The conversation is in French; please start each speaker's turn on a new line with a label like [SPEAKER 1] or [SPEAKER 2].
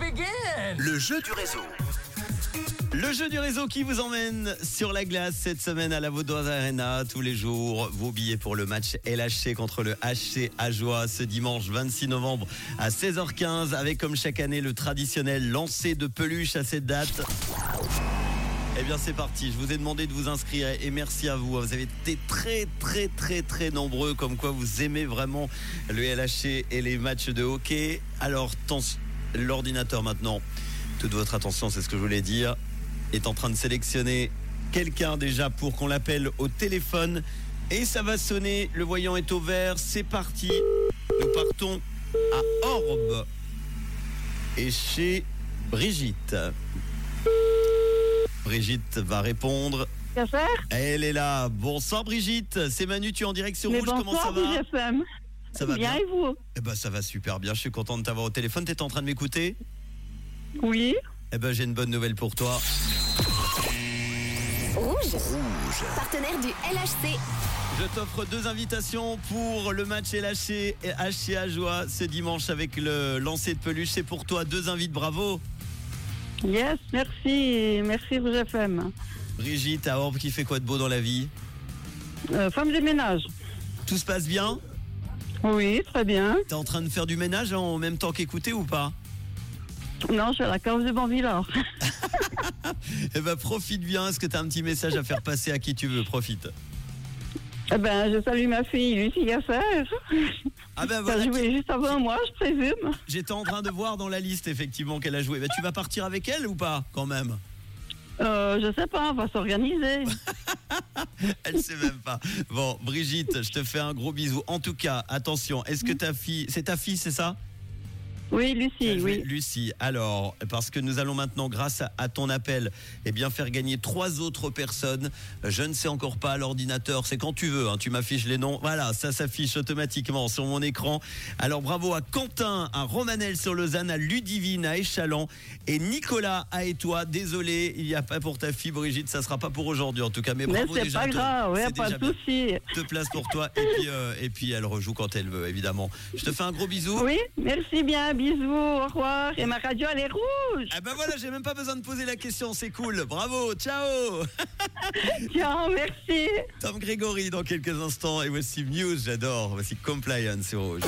[SPEAKER 1] again
[SPEAKER 2] Le jeu du réseau.
[SPEAKER 3] Le jeu du réseau qui vous emmène sur la glace cette semaine à la Vaudoise Arena tous les jours. Vos billets pour le match LHC contre le HC Ajoie ce dimanche 26 novembre à 16h15 avec comme chaque année le traditionnel lancer de peluche à cette date. Eh bien c'est parti, je vous ai demandé de vous inscrire et merci à vous. Vous avez été très très très très nombreux comme quoi vous aimez vraiment le LHC et les matchs de hockey. Alors tens- l'ordinateur maintenant, toute votre attention c'est ce que je voulais dire, est en train de sélectionner quelqu'un déjà pour qu'on l'appelle au téléphone et ça va sonner, le voyant est au vert, c'est parti. Nous partons à Orbe et chez Brigitte. Brigitte va répondre.
[SPEAKER 4] Bien faire
[SPEAKER 3] Elle est là. Bonsoir Brigitte, c'est Manu, tu es en direct sur
[SPEAKER 4] Mais
[SPEAKER 3] Rouge, comment ça
[SPEAKER 4] bonsoir,
[SPEAKER 3] va
[SPEAKER 4] BGFM.
[SPEAKER 3] Ça va bien
[SPEAKER 4] et vous
[SPEAKER 3] Eh ben ça va super bien, je suis content de t'avoir au téléphone, t'étais en train de m'écouter
[SPEAKER 4] Oui.
[SPEAKER 3] Eh ben j'ai une bonne nouvelle pour toi.
[SPEAKER 1] Rouge,
[SPEAKER 2] Rouge.
[SPEAKER 1] partenaire du LHC.
[SPEAKER 3] Je t'offre deux invitations pour le match LHC et HC à joie ce dimanche avec le lancer de peluche. C'est pour toi deux invites, bravo.
[SPEAKER 4] Yes, merci. Merci, Rouge FM.
[SPEAKER 3] Brigitte à Orbe qui fait quoi de beau dans la vie
[SPEAKER 4] Euh, femme de ménage.
[SPEAKER 3] Tout se passe bien
[SPEAKER 4] Oui, très bien.
[SPEAKER 3] T'es en train de faire du ménage en même temps qu'écouter ou pas
[SPEAKER 4] Non, je suis à la cave de Banvillard.
[SPEAKER 3] Eh ben profite bien, est-ce que t'as un petit message à faire passer à qui tu veux Profite.
[SPEAKER 4] Eh ben, je salue ma fille Lucie Gasser.
[SPEAKER 3] Ah ben
[SPEAKER 4] qui a
[SPEAKER 3] voilà,
[SPEAKER 4] joué juste avant moi, je présume.
[SPEAKER 3] J'étais en train de voir dans la liste effectivement qu'elle a joué. Bah, tu vas partir avec elle ou pas quand même
[SPEAKER 4] Euh, je sais pas, on va s'organiser.
[SPEAKER 3] Elle sait même pas. Bon, Brigitte, je te fais un gros bisou. En tout cas, attention, est-ce que ta fille, c'est ta fille, c'est ça
[SPEAKER 4] Oui, Lucie, Eh oui.
[SPEAKER 3] Lucie. Alors, parce que nous allons maintenant, grâce à, à ton appel, eh bien faire gagner trois autres personnes. Je ne sais encore pas l'ordinateur. C'est quand tu veux. hein, tu m'affiches les noms. Voilà, ça s'affiche automatiquement sur mon écran. Alors, bravo à Quentin, à Romanel sur Lausanne, à Ludivine, à Échalant et Nicolas à Étoile. Désolé, il n'y a pas pour ta fille Brigitte. Ça sera pas pour aujourd'hui en tout cas. Mais,
[SPEAKER 4] Mais
[SPEAKER 3] bravo
[SPEAKER 4] c'est
[SPEAKER 3] déjà.
[SPEAKER 4] pas
[SPEAKER 3] Antoine.
[SPEAKER 4] grave, ouais,
[SPEAKER 3] C'est
[SPEAKER 4] pas
[SPEAKER 3] déjà
[SPEAKER 4] de
[SPEAKER 3] bien.
[SPEAKER 4] souci.
[SPEAKER 3] Deux places pour toi et puis, euh, et puis elle rejoue quand elle veut évidemment. Je te fais un gros bisou.
[SPEAKER 4] Oui, merci bien, bisous, au revoir. Et ma radio, elle est rouge.
[SPEAKER 3] Ah ben voilà, j'ai même pas besoin de poser la question, c'est cool. Bravo, ciao.
[SPEAKER 4] Tiens, merci.
[SPEAKER 3] Tom Grégory dans quelques instants et voici Muse, j'adore. Voici Compliance sur Rouge.